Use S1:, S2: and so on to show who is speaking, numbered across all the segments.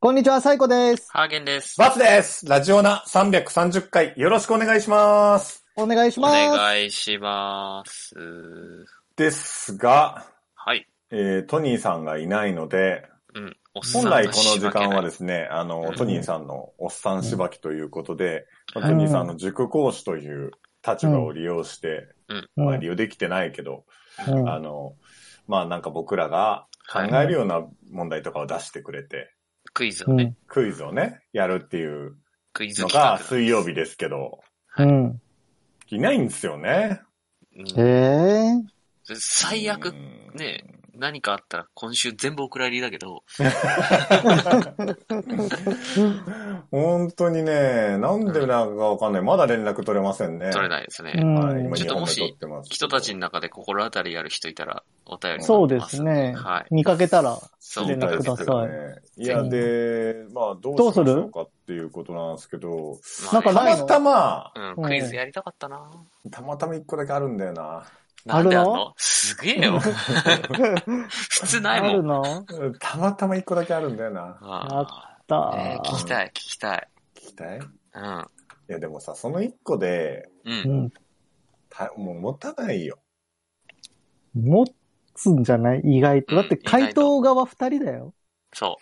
S1: こんにちは、サイコです。
S2: ハーゲンです。
S3: バツですラジオナ330回よろしくお願いします
S1: お願いし
S2: お
S1: ます。
S2: 願いします。
S3: ですが、
S2: はい。
S3: えー、トニーさんがいないので、
S2: うん。おっさんの。
S3: 本来この時間はですすね、あ
S2: う
S3: の、
S2: ん
S3: トニーさんのおっさんしばきということで、
S2: うん
S3: まあトニーさんの塾講師という立場を利用して、
S1: うん
S3: まあ利用できてないけど、
S1: うん
S3: あの、まあなんか僕らが考
S2: はい。
S3: えるような問題とかを出してくれて、
S2: クイズ
S1: う
S2: をね、
S1: ん
S3: クイズをね、やるっていう
S2: クイズ
S3: の
S2: 企画
S3: が。水曜日ですけど、
S1: うん。
S3: いないんですよね。
S1: え
S2: う
S1: え
S2: ん最悪、ね何かあったら今週全部お蔵入りだけど、
S3: 本当にね、なんでなんかわかんない。まだ連絡取れませんね。
S2: 取れないですね。
S1: うん
S3: はい、今
S2: ちょっ
S3: 日
S2: と
S3: 本
S2: も
S3: で
S2: し
S3: 取ってます。
S2: 人たちの中で心当たりある人いたらお便り待ってます
S1: そうですね
S2: はい。
S1: 見かけたら、
S2: そう。
S1: 連絡ください
S3: い。いや、で、まあ、ど
S1: どう
S3: う
S1: する
S3: しましょうかっていうことなんですけど、
S1: な
S2: ま
S1: んか
S3: た
S1: ない
S3: ま
S1: の
S3: たま、
S2: あねうん、クイズやりたかったな。
S3: たまたま一個だけあるんだよな。
S2: なんであん
S1: ある
S2: のすげえよ。 普通な
S1: あ
S2: いも
S1: る
S2: ん。
S1: の
S3: たまたま一個だけあるんだよな。
S2: あーえ
S1: だ
S2: ー、聞きたい、聞きたい。
S3: 聞きたいい
S2: うん。
S3: や、でもさ、その一個で、
S2: うん
S1: う。ん。
S3: たもう持たないよ。
S1: 持つんじゃない意外と。だって
S2: うん意外
S1: 回
S2: と
S1: 答側二人だよ。
S2: そ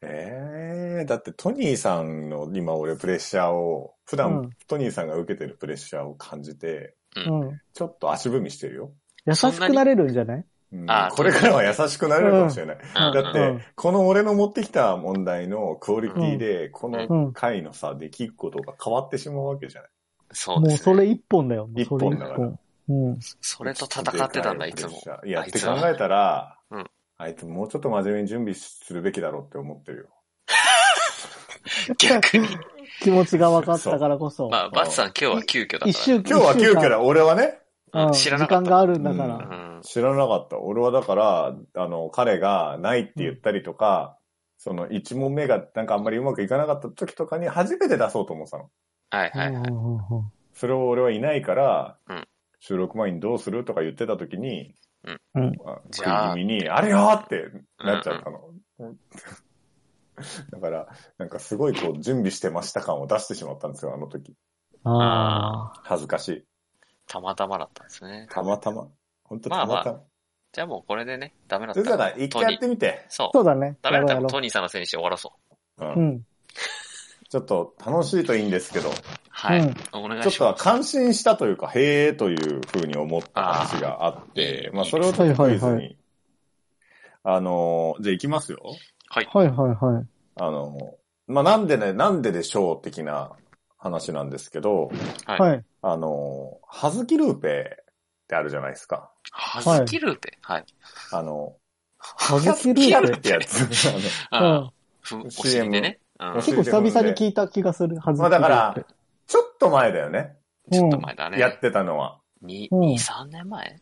S3: ええだってトニーさんの今俺プレッシャーを、普段、
S1: うん
S3: トニーさんが受けてるプレッシャーを感じて、
S2: う
S1: うん。
S3: ちょっと足踏みしてるよ。
S1: 優
S2: そ
S1: し
S2: んな
S1: く
S2: に
S1: なれるんじゃない
S3: うん
S2: あー
S3: これからは優しくなれるかもしれない。
S2: う。うん
S3: だっ
S1: うん
S3: て、この俺の持ってきた問題のクオリティで、こ
S1: うん
S3: の回のさ、できることが変わってしまうわけじゃない。
S2: そう
S1: も
S2: で
S1: う
S2: す、ね。
S1: それ一本だよ。もうそれ
S3: 一本だから。
S1: うん。
S2: それと戦ってたんだ、いつも。
S3: いや、
S2: あ
S3: っ
S2: い
S3: て
S2: つ
S3: 考
S2: は
S3: えたら
S2: うん、
S3: あいつもうちょっと真面目に準備するべきだろうって思ってるよ。
S2: 逆に。
S1: 気持ちが分かったからこそ。
S2: まあ、バツさん今日は急遽だ
S1: 一
S2: か
S1: 週
S3: 今日は急遽だ、俺はね、
S1: 間うん
S2: ら。知らな
S1: 時
S2: かっ
S1: 間
S2: た。
S1: があるんだから
S3: う。
S2: うん。
S3: 知らなかった。俺はだから、あの、彼がないって言ったりとか、その一問目がなんかあんまりうまくいかなかった時とかに初めて出そうと思ってたの。
S2: はいはい。
S1: うんうんうん
S3: それを俺はいないから、
S2: うん
S3: 収録前にどうするとか言ってた時に、
S1: うんうん
S3: あ
S2: じゃあ
S3: 食い気味に、あれよってなっちゃったの。だから、なんかすごいこう準備してました感を出してしまったんですよ、あの時。
S1: ああ。
S3: 恥ずかしい。
S2: たまたまだったんですね。
S3: たまたま。本当たまたま。
S2: じゃあもうこれでね、ダメだっ
S3: そ
S2: た
S3: れじゃない、一回やってみて。
S2: そ。
S1: そううだね。
S2: ダメだ
S1: やろ
S2: ったら
S1: うやろう
S2: トニーさんのせいにして終わらそう
S1: うんん。
S3: ちょっと楽しいといいんですけど、
S2: う。はい。
S1: うん
S2: お願いし
S3: ちょ
S2: ま
S3: っ
S2: す。
S3: とは感心したというか、へえというふうに思った話があって、
S2: あー
S3: まあそれをちょっとクイズに。
S1: はいはいは
S3: あのー、じゃあ行きますよ。
S2: はい。
S1: はいはいはい。
S3: あの、まあ、なんでね、なんででしょう的な話なんですけど、
S2: はい。
S1: はい。
S3: あの、はずきルーペってあるじゃないですか。
S2: はずきルーペ。はい。
S3: あの、
S1: はずきルーペ。
S3: ってやつ。
S2: う。
S1: うんん。
S2: ふお
S3: CM
S2: 尻でね。う
S3: お
S2: ん。
S3: 尻
S1: 結構久々に聞いた気がする。はずきルーペ。
S3: まあだからちょっと前だよね。
S2: ちょっと前だね。
S3: やってたのは。
S2: に、
S1: うん
S2: 2、3年前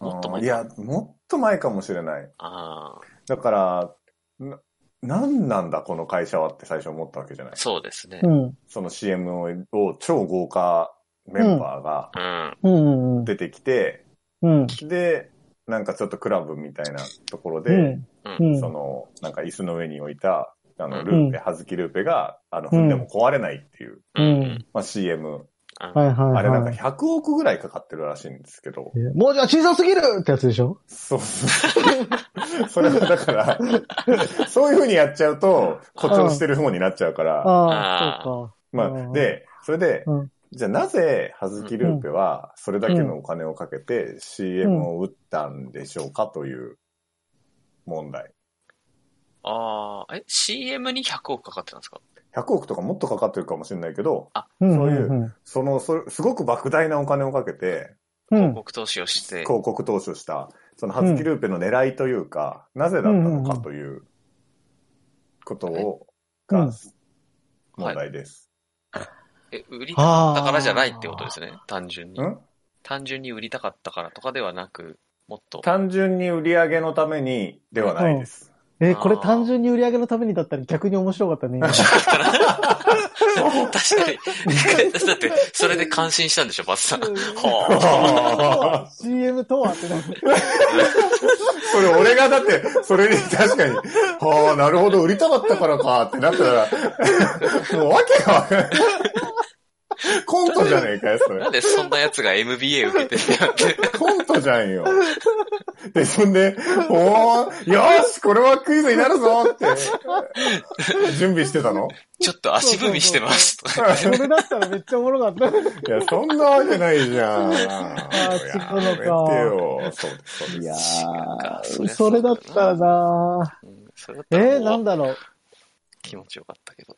S2: もっと
S3: う
S2: 前
S3: んいや、もっと前かもしれない。
S2: ああ。
S3: だから、な、なんなんだこの会社はって最初思ったわけじゃない。
S2: そうですね。
S1: うん。うん。
S3: その CM をを超豪華メンバーが
S2: う
S1: う
S2: ん。
S1: んうんうん。
S3: 出てきて、
S1: うん。
S3: で、なんかちょっとクラブみたいなところで、
S1: うんうん。
S3: その、なんか椅子の上に置いた、あ
S2: う
S3: の、
S2: ん
S3: ルーペ、はずきルーペが、あの、踏んでも壊れないっていう、
S1: うん
S3: まあ CM。
S1: はいはいはい。
S3: あれなんか100億ぐらいかかってるらしいんですけど。
S1: えーもうじゃあ小さすぎるってやつでしょ
S3: そう そう。それはだから、そういう風にやっちゃうと、誇張してる方になっちゃうから、
S1: ああ、
S2: あー
S1: そ
S3: まあ、で、それで
S1: うん、
S3: じゃあなぜ、はずきルーペは、それだけのお金をかけて CM を打ったんでしょうかという問題。
S2: ああ、え、CM に100億かかってたんですか
S3: 100億とかもっとかかってるかもしれないけど、
S1: うか。ん
S3: そうい
S1: ん
S3: うその、そすごく莫大なお金をかけて、
S1: うん。
S2: 広告投資をして。
S3: 広告投資をした、その、ハズキルーペの狙いというか、なぜだったのかという、ことを、
S1: うん
S3: が、問題です。
S2: え、売りたか
S1: あ
S2: った
S1: あ。
S2: からじゃないってことですね。単純に
S3: う。ん
S2: 単純に売りたかったからとかではなく、もっと。
S3: 単純に売り上げのためにではないです。
S1: え、
S2: あー
S1: これ単純に売り上げのためにだったら逆に面白かったね。
S2: 確かに。だって、それで感心したんでしょ、バツさん。 はあ。
S3: あ
S1: CM とはってなる。
S3: それ俺がだって、それに確かに、はあ、なるほど、売りたかったからかってなったら、もうわけがわかんない。コントじゃねえかよ、それ
S2: な。んでそんな奴が MBA 受けてるなんて。
S3: コントじゃんよ。で、そんで、おー、よーし、これはクイズになるぞって、準備してたの
S2: ちょっと足踏みしてます。
S1: それだったらめっちゃおもろかった。
S3: いや、そんなわけないじゃん。
S1: ー違うのか
S3: やめてよ。そうそう
S4: いや
S2: そ
S1: それ
S2: りゃそうだよな
S1: だったらな
S2: うんそれだっ
S1: え
S2: たら
S1: ー、なんだろう。
S2: 気持ちよかったけど。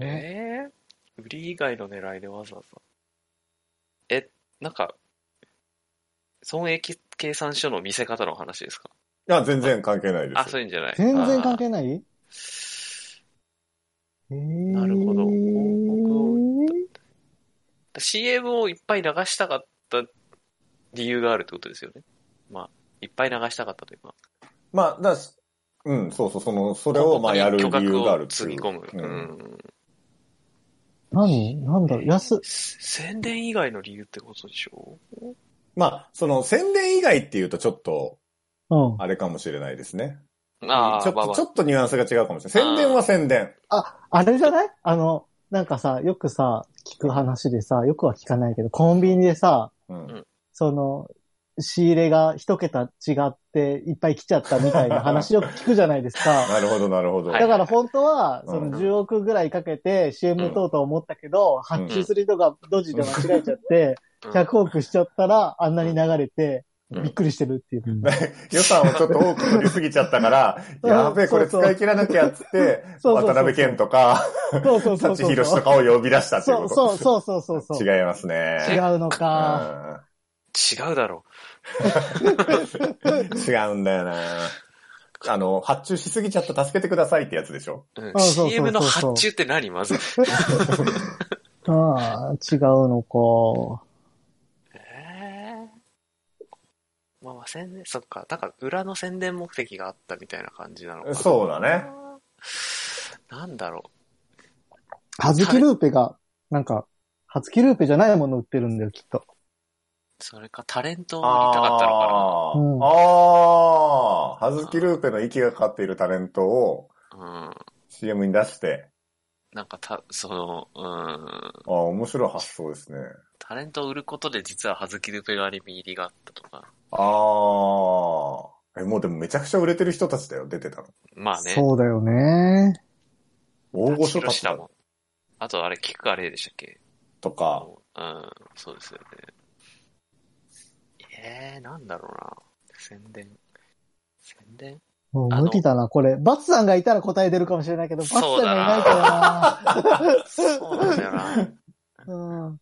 S1: え
S2: えー、売り以外の狙いでわざわざ。え、なんか、損益計算書の見せ方の話ですか
S3: いや、全然関係ないで
S2: あ、
S3: す
S2: そういうんじゃない。
S1: 全然関
S2: 係
S1: 係ないえー
S2: なるほど広告を CM をいっぱい流したかった理由があるってことですよね。まあ、いっぱい流したかったというか。
S3: まあ、だし、うん、そうそう、その、それを、まあ、やる理由がある
S2: 広告につぎ込む。う
S3: うん。
S2: ん。
S1: 何なんだろう安、
S2: 宣伝以外の理由ってことでしょ
S3: まあ、その、宣伝以外っていうと、ちょっと、
S1: うん。
S3: あれかもしれないですね。
S2: あ
S3: ち
S2: あ、
S3: ょっ
S2: まあま
S3: と、
S2: あ
S3: ちょっとニュアンスが違うかもしれない。宣伝は宣伝。
S1: あ、あれじゃないあの、なんかさ、よくさ、聞く話でさ、よくは聞かないけど、コンビニでさ、
S3: うん。
S1: その、仕入れが一桁違っていっぱい来ちゃったみ たいな話よく聞くじゃないですか。
S3: なるほど、なるほど。
S2: はい
S1: だから本当は、
S3: うん
S1: その10億ぐらいかけて CM 等々思ったけど、発注する人がドジで間違えちゃって、
S2: うん
S1: 100億しちゃったらあんなに流れて、
S2: うん
S1: びっくりしてるっていう。
S3: 予算をちょっと多く取りすぎちゃった から、
S1: うん
S3: やべえ、これ
S1: そうそう
S3: 使い切らなきゃっつって、
S1: そうそうそう
S3: 渡辺謙とか、
S1: そうそうそう
S3: 舘
S1: そう。
S3: ひろしとかを呼び出したってい
S1: そう
S3: うこと。
S1: そうそうそうそうそう。
S3: 違いますね。
S1: 違うのか。
S2: 違うだろ
S3: うん違うんだよな。あの、発注しすぎちゃった、助けてくださいってやつでしょ
S2: う。うん
S1: あそうそうそうそう
S2: CM の発注って何まず。
S1: ああ、違うのか。
S2: えーまあまあ宣伝、そっか。だから裏の宣伝目的があったみたいな感じなのかな。
S3: そうだね。
S2: なんだろ
S1: はずきルーペが、なんか、はずきルーペじゃないもの売ってるんだよ、きっと。
S2: う。それかタレントを売りたかったのか
S3: あー、
S1: うん
S3: あー、はずきルーペの息がかかっているタレントを
S2: な。うん。
S3: CM に出して、
S2: なんかた、その、うん。
S3: ああ、面白い発想ですね。
S2: タレントを売ることで実ははずきルペ側に見入りがあったとか。
S3: ああ。え、もうでもめちゃくちゃ売れてる人たちだよ、出てたの。
S2: まあね。
S1: そうだよね。
S3: 大御所た
S2: 広
S3: ち
S2: 島
S3: だ
S2: も。あとあれ、聞くあれでしたっけ
S3: とか、
S2: うん、そうですよね。えー、なんだろうな。宣伝。宣伝
S1: もう
S2: あの
S1: 無理だな、これ。バツさんがいたら答え出るかもしれないけど、バツさんがいないから
S2: そうなんだよ
S1: な。うん。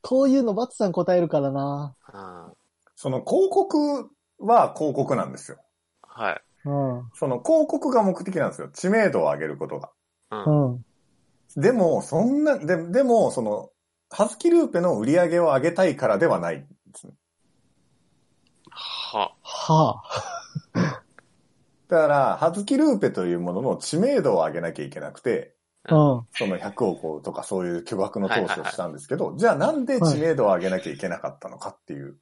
S1: こういうのバツさん答えるからな。
S2: な。うん。
S3: その広告は広告なんですよ。
S2: はい。
S1: うん。
S3: その広告が目的なんですよ。知名度を上げることが。
S2: うん。
S1: うん。
S3: でも、そんな、ででも、その、ハズキルーペの売り上げを上げたいからではない。
S2: は、
S1: は
S3: だから、ハズキルーペというものの知名度を上げなきゃいけなくて、
S1: あ。うん。
S3: その100億とかそういう巨額の投資をしたんですけど、じゃあなんで知名度を上げなきゃいけなかったのかっていう。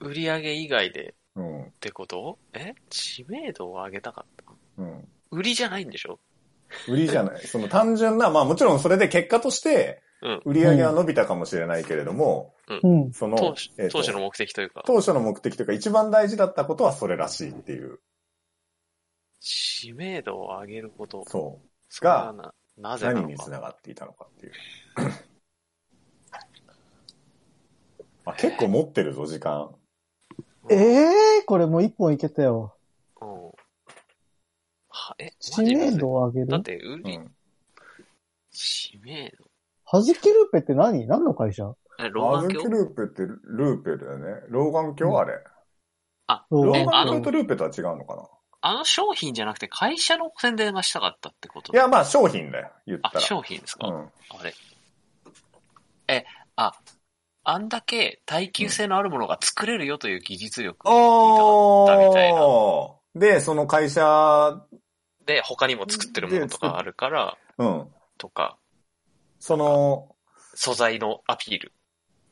S2: 売り上げ以外で
S3: うん。
S2: ってことえ知名度を上げたかった
S3: うん。
S2: 売りじゃないんでしょ
S3: 売りじゃない。その単純な、まあもちろんそれで結果として
S2: うん、
S3: 売り上げは伸びたかもしれないけれども、
S1: うん。
S3: その、
S2: 当初
S3: えっ
S2: 当
S3: と
S2: 初の目的というか、
S3: 当初の目的というか一番大事だったことはそれらしいっていう。
S2: 知名度を上げること。
S3: そ
S2: それはな、な
S3: う。
S2: ぜな
S3: 何
S2: の
S3: に
S2: か
S3: つ。ながっていたのかっていう。 まあ、結構持ってるぞ、時間。
S1: ええー、これもう一本いけたよ。
S2: うん。は、え、
S1: 知
S2: マジ
S1: 名度を上げ
S2: だっ
S1: る
S2: て、売
S3: う
S2: り、
S3: ん。
S2: 知名度。
S1: はずきルーペって何何の会社
S2: え、老
S3: アズ
S2: 眼
S3: キ
S2: 鏡
S3: ルーペってルーペだよね。老眼鏡あれ。
S2: あ、
S1: 老
S3: 老
S1: 眼
S3: 眼
S2: えあ
S3: 鏡
S2: の、
S3: とルーペとは違うのかな
S2: あの商品じゃなくて会社の宣伝がしたかったってこと
S3: いや、まあ商品だよ、言った
S2: あ、
S3: ら。
S2: 商品ですか、
S3: うん。
S2: あれ。え、あ、あんだけ耐久性のあるものが作れるよという技術力を
S3: お
S2: 聞いたかったみたいな。
S3: ー。で、その会社、
S2: で、他にも作ってるものとかあるから、
S3: うん。
S2: とか、
S3: その、
S2: 素材のアピール。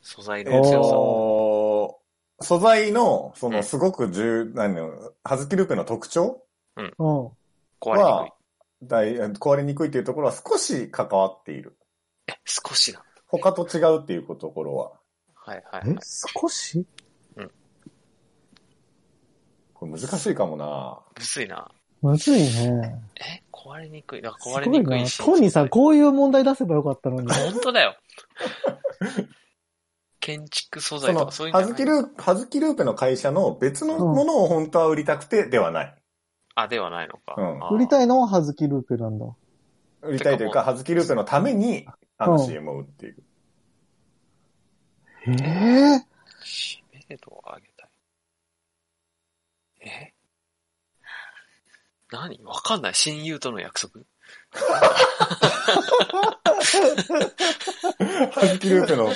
S2: 素材
S3: え
S2: の
S3: っ
S2: 強
S3: と、素材の、そうの、
S2: ん
S3: すごく重、何の、はずきループの特徴
S1: うん。
S2: さ、壊れにくい
S3: は。、だい壊れにくいというところは少し関わっている。
S2: え、少しだ。
S3: 他と違うっていうところは、
S2: はいはい、
S1: え
S2: はい。
S1: 少し
S3: これ難しいかもな
S2: むずいな。
S1: むずいね。
S2: え、壊れにくい。だから
S1: すご
S2: 壊れにく
S1: ない
S2: し。
S1: トニーさん、こういう問題出せばよかったの に。
S2: 本当だよ。建築素
S3: そ
S2: 材と
S3: の、
S2: かそういうん
S3: は
S2: じゃない
S3: ずきループ、はずきループの会社の別のものを本当は売りたくてではない。
S2: あ、ではないのか。
S3: うん
S2: あー
S1: 売りたいのははずきループなんだ。
S3: 売りたいというか、はずきループのために、あ
S1: うん
S3: の CM を売っている。
S1: ええ
S2: 知名度を上げたい。え何わかんない。親友との約束
S3: はずきル ープの、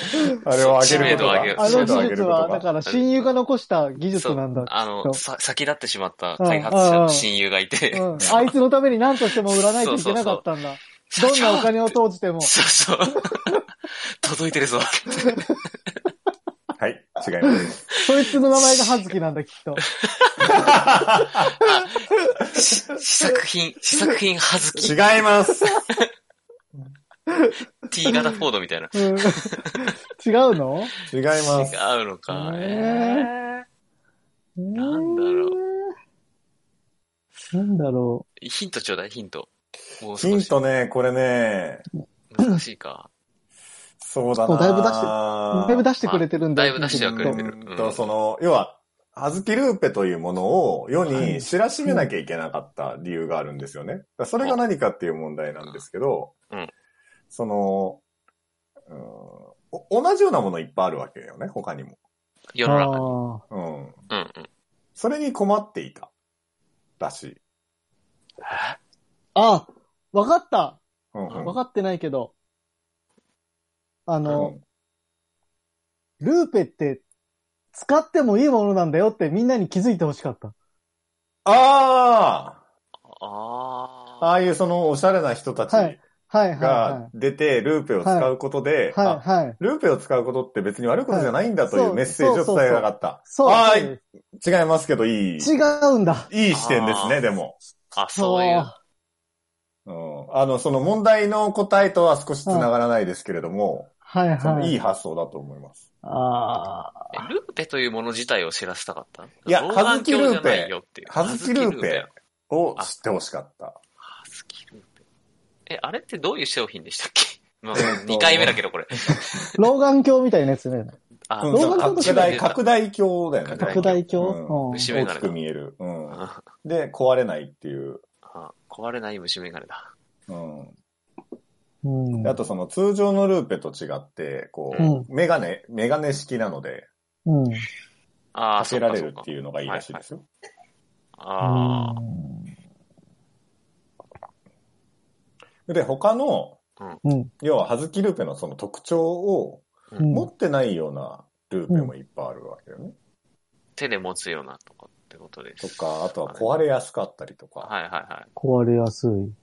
S3: あれを上げること
S2: 知名度を上げる
S3: が、
S1: あ
S3: 知名
S1: の
S3: 度
S1: 技
S3: を上げる
S1: 術
S3: こと
S1: は、だ
S3: が。
S1: から親友が残した技術なんだ。
S2: あ
S1: きっ
S2: の、
S1: と
S2: さ、先立ってしまった開発
S1: う
S2: 者
S1: んうんう
S2: の
S1: ん
S2: 親友がいて、
S1: うん、あいつのために何としても売らないといけなかったんだ。ど
S2: 社
S1: んな
S2: 長
S1: お金を投じても。
S2: そうそう。 届いてるぞ。
S3: はい、違い ます。
S1: そいつの名前がはずきなんだ、きっと。
S2: 試作品、試作品はずき、
S3: 違います。
S2: T 型フォードみたいな。
S1: うん 違うの
S3: 違います。
S2: 違うのか。
S1: ね
S2: えなんだろう
S1: う。なんだろ
S2: ーヒントちょうだい、ヒント。もう
S3: ヒ
S2: 少
S3: ン
S2: し
S3: トね、これね、
S2: 難しいか。
S3: そうだ
S1: も
S3: な
S1: うだいぶ出してう。だいぶ出してくれてるんだ
S2: だいぶ出してはくれてる
S3: うんと、その、要は、あずきルーペというものを世に知らしめなきゃいけなかった理由があるんですよね。だからそれが何かっていう問題なんですけど、
S2: うん
S3: その、うんお同じようなものいっぱいあるわけよね、他にも。
S2: 世の中に。
S1: あ
S3: うん。
S2: うんうん。
S3: それに困っていた。らしい。
S1: あ。あ、わかった。
S3: うんうん
S1: わかってないけど。あ
S3: う
S1: の、
S3: ん
S1: ルーペって使ってもいいものなんだよってみんなに気づいてほしかった。
S3: ああ
S2: あ
S3: ああいうそのおしゃれな人たち
S1: はいはいはい、
S3: が
S1: は
S3: 出てルーペを使うことで、
S1: い。は
S3: あ
S1: いはい。
S3: ルーペを使うことって別に悪いことじゃないんだとい
S1: は
S3: う
S1: い
S3: メッセージを伝えたかった。
S1: そう
S3: あ
S1: そ
S3: ー
S1: うで
S3: 違いますけど、いい。
S1: す。違うんだ。
S3: いい視点です
S2: あ
S3: ね、でも。
S2: あ。あ、そういう。
S3: うん。あの、その問題の答えとは少し繋がらないですけれども、
S1: はい
S3: その
S1: はい。
S3: いい発想だと思います。
S1: ああ。
S2: えルーペというもの自体を知らせたかったい
S3: いや
S2: はずき
S3: 葉月ルーペはずきルーペを知ってほしかった。
S2: はずきルーペ。え、あれってどういう商品でしたっけまあ、
S3: えっと
S2: 2回目だけど、これ。
S1: 老眼鏡みたいなやつね。
S2: あ
S3: うん
S1: 動画
S2: そう
S1: の
S3: 拡
S1: 時
S3: 大、
S2: だ
S3: 拡大鏡だよね。
S2: 拡
S1: 拡大鏡、
S3: うん
S1: うん
S2: 虫眼
S3: 大
S2: 鏡
S3: き
S2: だ
S3: く見える。うん。
S2: あ
S3: で、壊れないっていう。
S2: あ壊れない虫眼鏡だ。
S3: うん。
S1: うん
S3: であとその通常のルーペと違って、こ
S1: うん
S3: う、メガネ、メガネ式なので、
S1: うん。
S2: ああ、
S3: かけられる
S2: そ
S3: っ
S2: うか
S3: ていうのがいいらしいですよ。
S2: そうかあ
S3: で、他の、
S1: うん。
S3: 要は、はずきルーペのその特徴を
S2: あ、
S1: うん
S3: 持ってないようなルーペもいっぱいあるわけよね。
S2: 手で持つようなとかってことで
S3: と
S2: す。
S3: か、あとは壊れやすかったりとか。
S2: はいはいはい。
S1: 壊れやすい。
S3: うん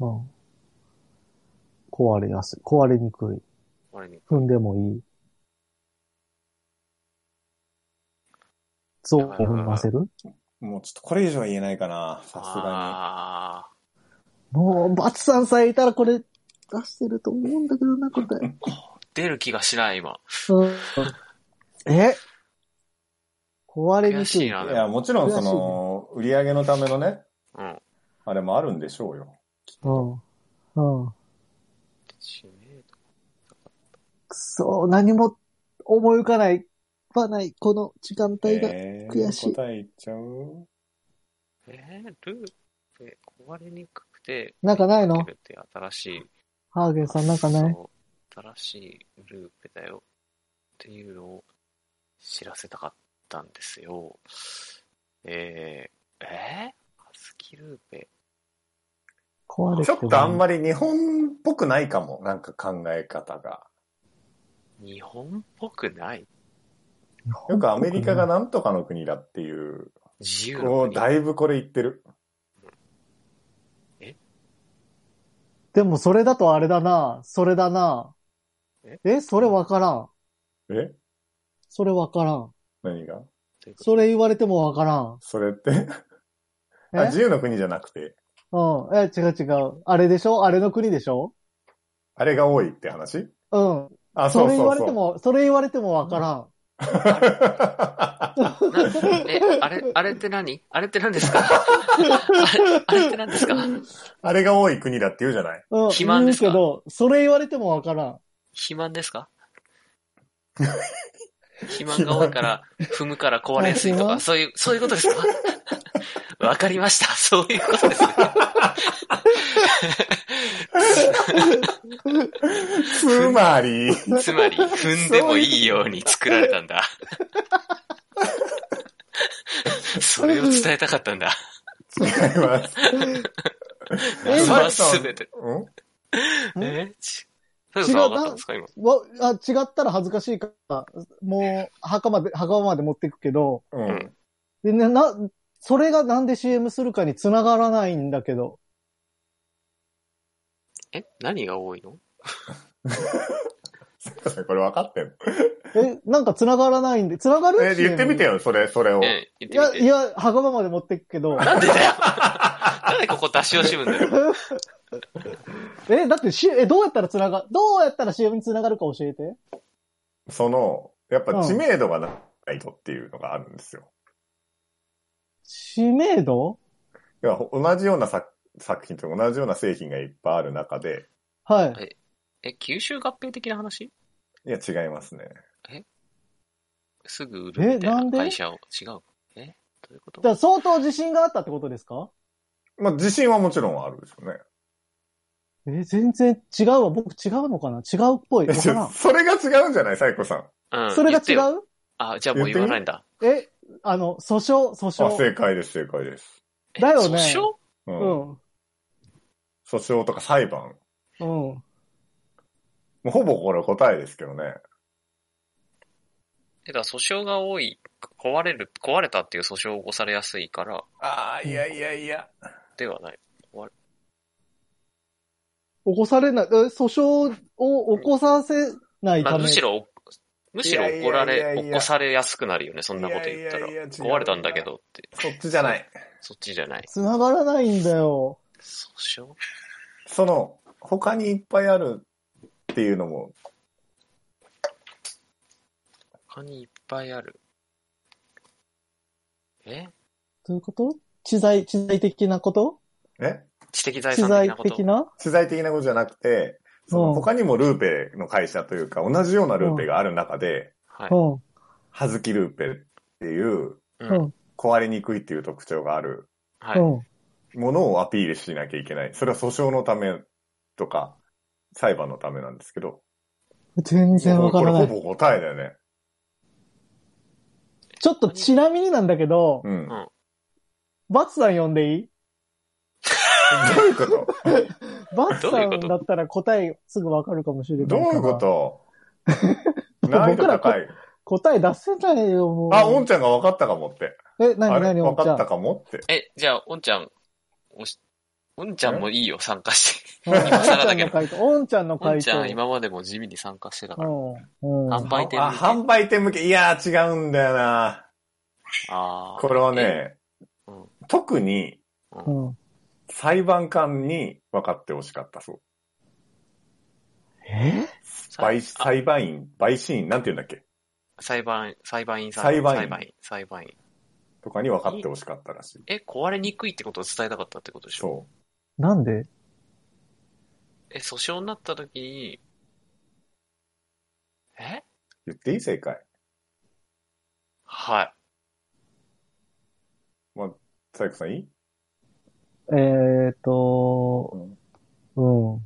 S1: うん。壊れやすい。壊れにくい。
S2: これに。
S1: 踏んでもいい。ゾーンを踏ませる
S3: もうちょっとこれ以上は言えないかな、さすが
S2: あ
S1: もう、バツさんさえいたらこれ出してると思うんだけどな、これ。
S2: あ、出る気がしない、今。
S1: うん、え壊れに
S2: 悔
S1: く
S2: し
S1: い
S2: い。な。
S3: に。
S2: で
S3: い
S2: も
S3: や、もちろんその、売り上げのためのね、
S2: うん。
S3: あれもあるんでしょうよ。
S1: うん。うん。
S2: 知名度
S1: くそ、何も思い浮かない、ばない、この時間帯が。
S3: えー
S1: 悔しい
S3: 答え言っちゃう
S2: えー、ルーペ壊れにくくて、
S1: なんかないの
S2: ルーペって新しい。
S1: ハーゲンさんなんかない
S2: そう新しいルーペだよっていうのを知らせたかったんですよ。えー、えー、ハスキルーペ。
S1: 壊れ
S3: ちょっとあんま
S1: り。
S3: り日本っぽくないかも、なんか考え方が。
S2: 日本っぽくない
S3: よくアメリカがなんとかの国だっていう
S2: 自由
S3: もう
S2: な
S3: だ
S2: 国
S3: いぶこれ言ってる。
S1: でもそれだとあれだな、それだな。
S2: え
S1: え、それわからん。
S3: え
S1: それわからん。
S3: 何が
S2: ということ
S1: それ言われてもわか
S3: それって
S1: らん。
S3: あ、
S1: え
S3: 自由の国じゃなくて、
S1: うん。え、違う違う。あれでしょあれの国でしょ
S3: あれが多いって話
S1: うん。
S3: あ、そ
S1: そう
S3: そ
S1: れ
S3: う
S1: 言われ
S3: そ
S1: て
S3: う。
S1: も、それ言われてもわからん。
S2: なえ、あれ、あれって何あれって 何ですかあれあれって何ですか
S3: あれが多い国だって言うじゃない。
S1: うん。
S2: 肥満ですか
S1: 言うけど、それ言われてもわからん。
S2: 肥満で すか肥満が多いから、踏むから壊れやすいと
S1: あ
S2: か、そういう、そういうこ とですかわかりました。そういうことですね。
S3: つまり、
S2: つまり、踏んでもいいように作られたんだ。それを伝えたかったんだ。
S3: 違います。
S1: え
S2: それは全て。
S3: うん
S1: え
S2: えちそういうこと分かったんですか今。
S1: わ、あ、違ったら恥ずかしいから、もう、墓まで、墓場まで持っていくけど、
S3: うん。
S1: で、な、な、それがなんで CM するかに繋がらないんだけど。
S2: え何が多いの
S3: これ分かってんの
S1: え、なんか繋がらないんで、繋がる
S3: え、言ってみて。よ、それ、それを。
S2: え言
S1: い
S2: ってみ
S1: や、
S2: て。
S1: いや、墓場まで持っていくけ ど。
S2: なんでだよ。なんでここ出し惜しむんだよ。
S1: え、だってし、え、どうやったら繋が、どうやったら CM に繋がるか教えて。
S3: その、やっぱ知名度がないとっていうのがあるんですよ。
S1: 知名度
S3: いやほ同じような作作品と同じような製品がいっぱいある中で、
S1: はい。
S2: え、吸収合併的な話
S3: いや、違いますね。
S2: すぐ売るみた
S1: えないん
S2: な
S1: で
S2: 会社を。違う。えどういうこと
S1: じゃあ相当自信があったってことですか
S3: まあ、自信はもちろんあるでしょうね。
S1: え、全然違うわ。僕違うのかな違うっぽい。
S3: え
S1: わ
S3: ち
S1: か
S3: ょ
S1: らん。
S3: それが違うんじゃないサイコさん。
S2: うん
S1: それが
S2: 言ってよ
S1: 違う
S2: あ、じゃあもう言わないんだ。
S1: え、あの、訴訟、訴
S3: あ、
S1: 訟。
S3: 正解です、正解です。
S2: え
S1: だよね
S2: 訴訟
S1: う
S3: う。
S1: んん。
S3: 訴訟とか裁判。
S1: うん。
S3: もうほぼこれ答えですけどね。
S2: え、だから訴訟が多い、壊れる、壊れたっていう訴訟を起こされやすいから、
S3: ああ、いやいやいや。
S2: ではない。
S1: 起こされない、え訴訟を起こさせない
S2: ま
S1: た
S2: あ、
S1: め。
S2: むしろ、むしろ怒ら
S3: いやいやい
S2: れ、
S3: やい
S2: 起
S3: や
S2: こされやすくなるよね、そんなこと言ったら。
S3: いやいやいや違う
S2: 壊れたんだけどって、
S3: そっちじゃない。
S2: そっちじゃない。
S1: 繋がらないんだよ。
S2: 訴訟
S3: その、他にいっぱいあるっていうのも、
S2: 他にいっぱいある。え
S1: どういうこと知財、知財的なこと
S3: ね
S2: 知的財
S1: 知
S2: 産的
S1: 財
S2: なこと
S1: 的。な
S3: 取材的なことじゃなくて、その
S1: うん
S3: 他にもルーペの会社というか、同じようなルーペがある中で、
S2: はい。
S1: うん。
S3: はずきルーペっていう、
S2: うん
S1: うん。
S3: 壊れにくいっていう特徴がある
S2: はい。
S1: うん。
S3: ものをアピールしなきゃいけない。それは訴訟のためとか、裁判のためなんですけど。
S1: 全然わからな
S3: もう
S1: い
S3: こ。れほぼ答えだよね。
S1: ちょっとちなみになんだけど、
S3: うん。
S2: うん
S1: バツさん呼んでいい
S3: どういうこと
S1: バツ
S2: どう
S1: さ
S2: いうこ
S1: ん
S2: と
S1: だったら答えすぐわかるかもしれないか
S3: どう
S1: ら。
S3: いうこと
S1: 僕ら
S3: 難易度高い。
S1: 答え出せないよ、もう。
S3: あ、おんちゃんが分かったかもって。
S1: え、な
S3: あ
S1: にな
S3: れ
S1: にお
S3: 分
S1: んち
S3: か
S1: ゃ
S3: った
S1: ん。
S3: かもって。
S2: え、じゃあ、おんちゃん、おし、おんちゃんもいいよ、参加して。
S1: うんおんち
S2: 今更
S1: ゃ
S2: だ
S1: ん
S2: け
S1: の
S2: ど
S1: 回答。おんちゃんの
S2: おん
S1: 回
S2: ち
S1: 答。
S2: ゃん、今までも地味に参加してたから。
S1: うん。うん。
S2: 販売店
S3: あ、
S2: 向け。
S3: 販売店向け。いやー、違うんだよな。
S2: あー
S3: これは、ね
S2: えうん、
S3: 特に
S1: うん。
S3: 裁判官に分かってほしかったそう。
S1: え
S3: 陪
S2: あ
S3: 裁判員、陪審員、なんて言うんだっけ
S2: 裁判、裁判員さん。
S3: 裁判員
S2: 裁判員。裁判員。
S3: とかに分かってほしかったらしい。
S2: え、壊れにくいってことを伝えたかったってことでしょ
S3: そ
S1: なんで
S2: え、訴訟になった時に、え
S3: う。言っていい正解。
S2: はい。
S3: サイコさんいい
S1: えーっと、うん。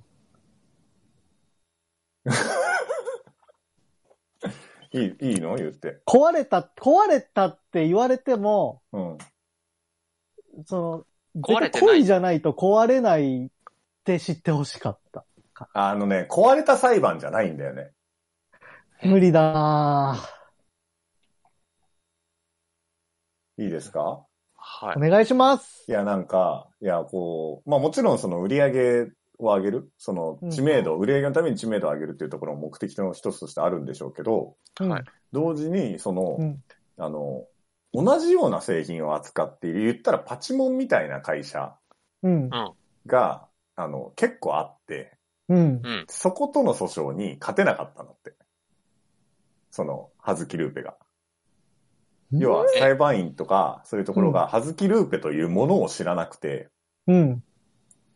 S3: いい、いいの言って。
S1: 壊れた、壊れたって言われても、
S3: うん。
S1: その、
S2: 壊れてない
S1: 絶対恋じゃないと壊れないって知ってほしかった。
S3: あのね、壊れた裁判じゃないんだよね。
S2: え
S1: 無理だない
S3: いですか
S2: はい
S1: お。願いします。
S3: いや、なんか、いや、こう、まあもちろんその売り上げを上げる、その知名度、売り上げのために知名度を上げるっていうところも目的の一つとしてあるんでしょうけど、
S2: はい
S3: 同時に、その、
S1: うん
S3: あの、同じような製品を扱っている、言ったらパチモンみたいな会社
S1: うん。
S3: が、あの、結構あって、
S1: うん。
S2: うん。
S3: そことの訴訟に勝てなかったのって。その、はずきルーペが。
S1: ん
S3: 要は、裁判員とか、そういうところが、はずきルーペというものを知らなくて、
S1: うん。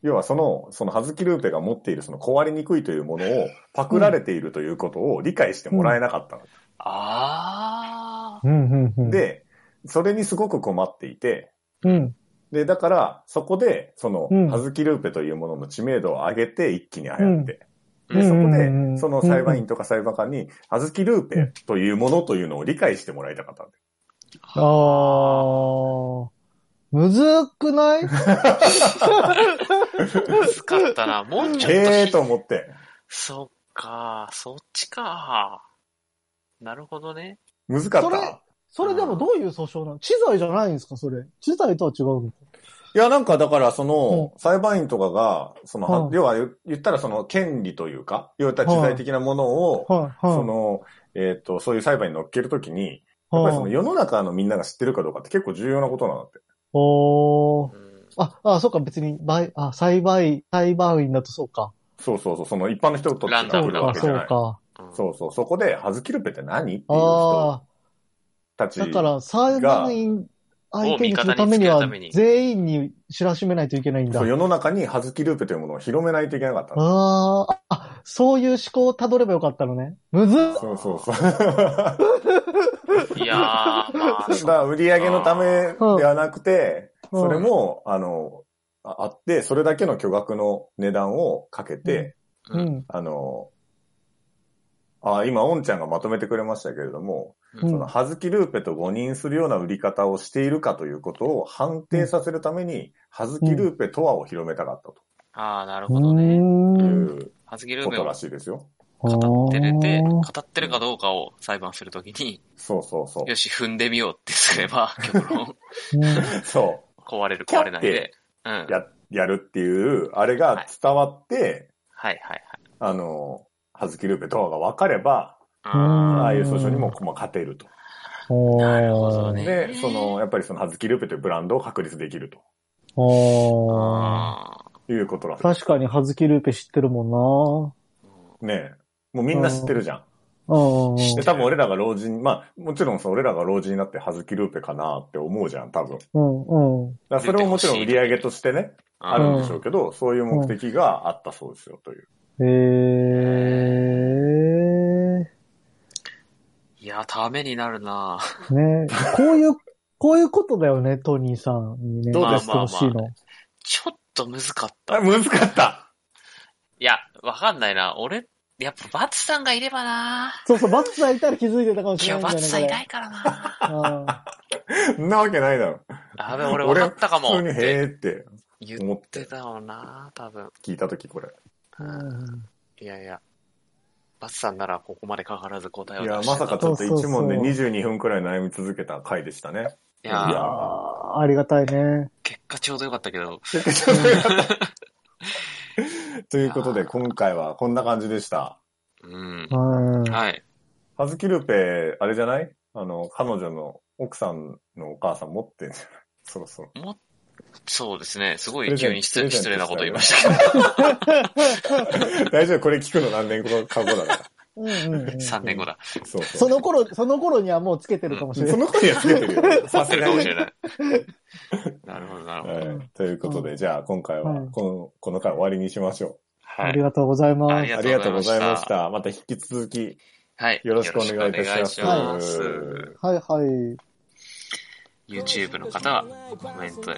S3: 要はその、そのはずきルーペが持っているその壊れにくいというものをパクられているということを理解してもらえなかったの。
S2: あ
S1: うん。うん。うん、
S3: で、それにすごく困っていて、
S1: うん。
S3: で、だから、そこで、その
S1: うん、
S3: はずきルーペというものの知名度を上げて一気に流行って、
S2: うん
S3: で、そこ
S1: うんうんう
S3: で、
S1: ん
S3: その裁判員とか裁判官に、はずきルーペというものというのを理解してもらいたかったんで。
S1: あー。むずくない
S2: あ。薄かった な。もうちょっと
S3: へえ
S2: し
S3: ーと思って、
S2: そっか。そっちか。なるほどね。
S3: 難か
S1: そ
S3: っ
S1: れ
S3: た。
S1: それでもどういう訴訟なの知財じゃないんですかそれ。知財とは違うのか。
S3: いや、なんかだから、そうの、裁判員とかが、その、は
S1: うん
S3: 要は言言ったらその、権利というか、要は知財的なものを、
S1: はい、はい。
S3: その、えっ、と、そういう裁判に乗っけるときに、や
S1: はい、
S3: っぱりその世の中のみんなが知ってるかどうかって結構重要なことなんだって。
S1: おー。
S2: うん。
S1: あ、あ、そうか、別に、ばあ、裁判員、裁判員だとそうか。
S3: そうそうそう、その一般の人と
S2: ランダ
S1: そ
S2: ム
S1: う
S2: な
S1: か、
S2: わけ
S1: そ
S2: じゃ
S1: う
S2: ない
S1: か。
S2: うん
S3: そうそう、そこで、はずきルペって何っていう人
S1: あ
S3: た
S1: あ、
S3: ち。
S1: だから、裁判員相手にするために
S2: を味方につける
S1: は
S2: ために、
S1: 全員に知らしめないといけないんだ。
S3: そう世の中にはずきルーペというものを広めないといけなかったの。
S1: あーあ、そういう思考をたどればよかったのね。むずっ
S3: そうそう そう。だか
S2: いやー、まあ、
S3: ら売り上げのためではなくて、
S1: うん
S3: それも、あの、ああって、それだけの巨額の値段をかけて、
S1: う。
S2: うん
S3: あの、あ今、オンちゃんがまとめてくれましたけれども、
S1: う
S3: そ
S1: ん
S3: の、。はずきルーペと誤認するような売り方をしているかということを判定させるために、はずきルーペとはを広めたかった
S2: ああ、なる
S1: う
S2: ほどね。
S3: とい
S1: ーん
S3: う
S2: はずきルー
S3: こ
S2: ベ
S3: と
S2: を
S3: らしいですよ。
S2: 語ってれて、
S1: あ
S2: 語
S1: ー
S2: ってるかどうかを裁判するときに、
S3: そうそうそう
S2: よ。し、踏んでみようってすれ ば、極論、
S1: うん
S3: そ
S2: 壊れる、壊れないで。うん。は
S3: う。
S2: い
S3: や、やるっていう、あれが伝わって、
S2: はいはい。
S3: あの、はずきルーペとはが分かれば、
S2: あ
S1: うん
S3: ああいう訴訟にも、まあ、勝てると。
S1: おー
S2: なるほどね
S3: で、その、やっぱりそのはずきルーペというブランドを確立できる
S2: ー
S1: おー
S2: あ
S3: ということらしい。
S1: 確かに、はずきルーペ知ってるも
S2: ー。
S3: ねえもうみんな知ってるじゃん。
S1: んなうん。
S2: 知っ
S3: で、多分俺らが老人、まあ、もちろんそう、俺らが老人になって、はずきルーペかなって思うじゃん、多分。
S1: うん、うん。
S3: だからそれももちろん売り上げとしてね、あるんでしょうけど、そういう目的があったそうですよ、という。
S1: へー。
S2: いや、ためになるなぁ
S1: ねこういう、こういうことだよね、トニーさんにね。
S3: どうです
S1: やってほしい
S2: まあ
S1: の。
S2: ちょっと難かった。
S3: あ、難かった
S2: いや、わかんないな。俺、やっぱバツさんがいればな
S1: そうそう、バツさんいたら気づいてたかも
S2: い
S1: しれない
S2: や、
S1: ん
S2: バ
S1: だよ
S2: ツ
S1: ね。
S2: さんいないからな
S3: そんなわけないだろ。
S2: あべ、俺分かったかも
S3: 普。通に、へーって
S2: 言っ
S3: 思って
S2: てたよな多分。
S3: 聞いたとき、これ。
S1: これうん
S2: いやいや。バツさんならここまでかからず答えを
S3: い
S2: 出し
S3: や、
S2: てた
S3: まさかちょっと一問で
S1: そうそう
S3: 22分くらい悩み続けた回でし たね。
S2: い
S1: いや
S2: や、
S1: ー、ありがたいね。
S2: 結果ちょうどよかったけど。
S3: ということで、今回はこんな感じでした。
S2: うん。
S1: うん。
S2: はい。
S3: はずきルーペ、あれじゃないあの、彼女の奥さんのお母さん持ってんじゃない そろそろ。
S2: も、そうですね。すご
S3: プ
S2: い
S3: レゼン
S2: 急に
S3: プ
S2: 失
S3: レゼント
S2: 失礼なこと言いましたけ
S3: 大丈夫これ聞くの何年後か後だか
S1: うんうんうん
S2: ど。3年後だ。
S3: ら。そうそ
S1: そ
S3: う。
S1: の頃、その頃にはもうつけてるかもしれ
S3: そ
S1: ない。
S3: の子にはつけてる よ。
S2: 持
S3: さ
S2: って
S3: す
S2: る
S3: が
S2: かも
S3: に
S2: し。れない。なるほど、なるほど。
S3: はいということ
S1: う
S3: で、じゃあ今回
S1: う
S3: は
S1: ん
S3: この、この回終わりにしましょ
S1: あ
S2: は
S1: り
S2: い。
S1: がとうございます。
S2: ありが
S3: う。あ
S2: と
S3: り
S2: う
S3: が
S2: ご
S3: と
S2: ざ
S3: う
S2: い
S3: ご
S2: ました
S3: ざいました。また引き続き、
S2: はい。
S3: よろしくお願いいたし
S2: よろ
S3: ます。
S2: しくお願いします
S1: はいはい。
S2: YouTube の方はコメント、え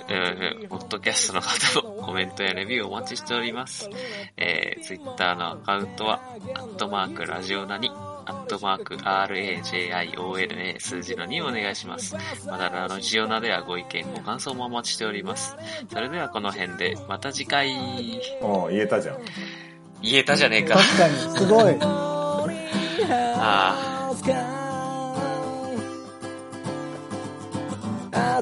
S2: ー、ポッドキャストの方の コメントやレビューをお待ちしております。えー、Twitter のアカウントは、アットマークラジオナに、アットマーク RAJIONA 数字の2をお願いします。またラジオナではご意見、ご感想もお待ちしております。それではこの辺で、また次回。
S3: もうん言えたじゃん。
S2: 言えたじゃねえか。
S1: 確かに、すごい。
S2: あ